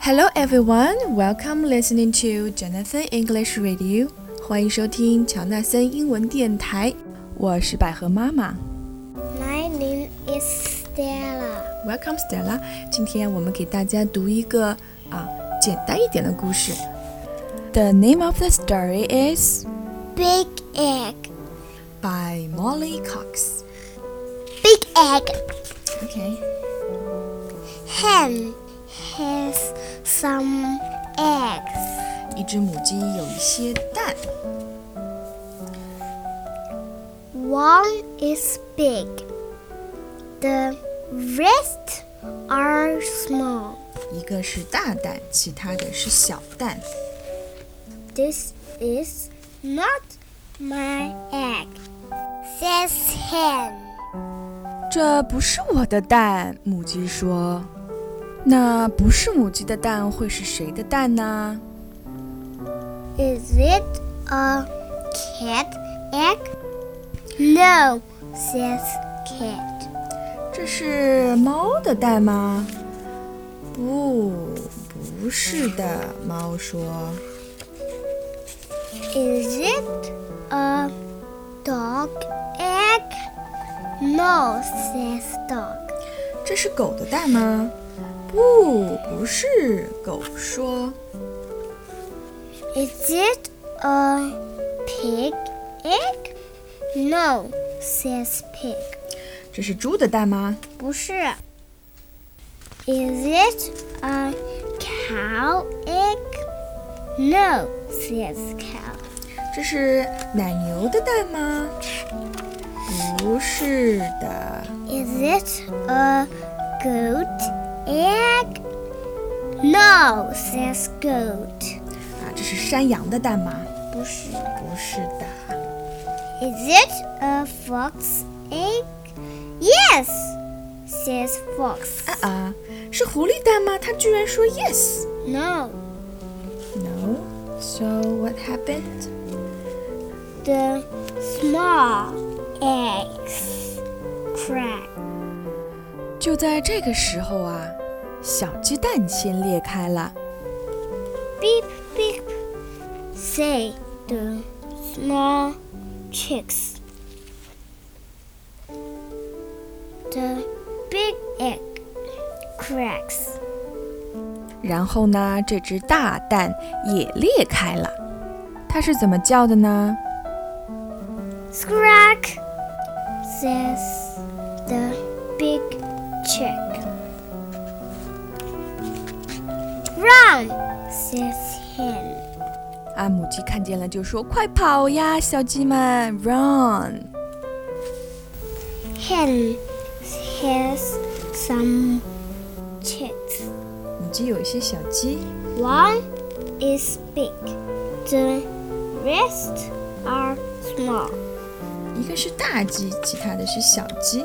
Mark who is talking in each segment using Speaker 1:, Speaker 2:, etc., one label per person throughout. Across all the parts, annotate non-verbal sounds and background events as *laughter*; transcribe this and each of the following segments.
Speaker 1: Hello everyone, welcome listening to Jonathan English Radio。欢迎收听乔纳森英文电台，我是百合妈妈。
Speaker 2: My name is Stella.
Speaker 1: Welcome Stella，今天我们给大家读一个啊简单一点的故事。The name of the story is
Speaker 2: Big egg.
Speaker 1: by Molly Cox.
Speaker 2: Big egg.
Speaker 1: OK，
Speaker 2: Hen has some eggs.
Speaker 1: 一只母鸡有一些蛋，
Speaker 2: One is big. The rest are small.
Speaker 1: 一个是大蛋，其他的是小蛋。
Speaker 2: This is not my egg. Says hen.
Speaker 1: 这不是我的蛋，母鸡说。那不是母鸡的蛋会是谁的蛋呢？
Speaker 2: Is it a cat egg? No, says cat.
Speaker 1: 这是猫的蛋吗？不，不是的，猫说。
Speaker 2: Is it a dog egg? No, says dog.
Speaker 1: 这是狗的蛋吗？不，不是，狗说。
Speaker 2: Is it a pig egg? No, says pig.
Speaker 1: 这是猪的蛋吗？
Speaker 2: 不是。Is it a cow egg? No, says cow.
Speaker 1: 这是奶牛的蛋吗？不是的，啊
Speaker 2: Is it a goat egg? No, says goat.
Speaker 1: 啊，这是山羊的蛋吗？
Speaker 2: 不是。
Speaker 1: 不是的。
Speaker 2: Is it a fox egg? Yes, says fox.
Speaker 1: 啊啊，是狐狸蛋吗？它居然说 yes。
Speaker 2: No,
Speaker 1: No. So what happened?
Speaker 2: the small eggs crack.
Speaker 1: 就在这个时候啊，小鸡蛋先裂开了。
Speaker 2: Beep beep, say the small chicks. The big egg cracks.
Speaker 1: 然后呢，这只大蛋也裂开了。它是怎么叫的呢？
Speaker 2: Scrack, says the big chick. Run, says hen.
Speaker 1: 啊，母鸡看见了就说：“快跑呀，小鸡们，run！”
Speaker 2: Hen has some chicks.
Speaker 1: 母鸡有一些小鸡，
Speaker 2: One is big, the rest are small.
Speaker 1: 一个是大鸡，其他的是小鸡。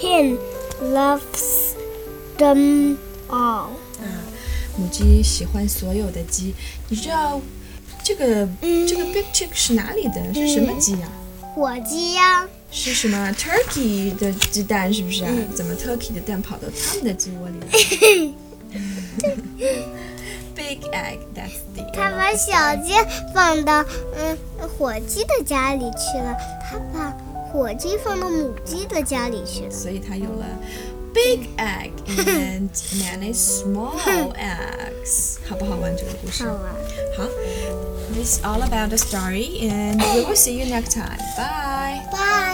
Speaker 2: Hen loves them all.
Speaker 1: 母鸡喜欢所有的鸡。你知道这个、
Speaker 2: 嗯
Speaker 1: 这个 big chick 是哪里的？是什么鸡呀、
Speaker 2: 火鸡呀、
Speaker 1: 是什么 turkey 的鸡蛋是不是啊？
Speaker 2: 嗯
Speaker 1: 怎么 turkey 的蛋跑到他们的鸡窝里了
Speaker 2: *laughs*
Speaker 1: ？Big egg，that's the
Speaker 2: 他把小鸡放到嗯火鸡的家里去了，他把火鸡放到母鸡的家里去了。
Speaker 1: 所以它有了 big egg and many
Speaker 2: *laughs*
Speaker 1: small eggs，好不好玩这个故事？
Speaker 2: 好玩。
Speaker 1: 好，this all about the story and we will see you next time. Bye.
Speaker 2: 拜。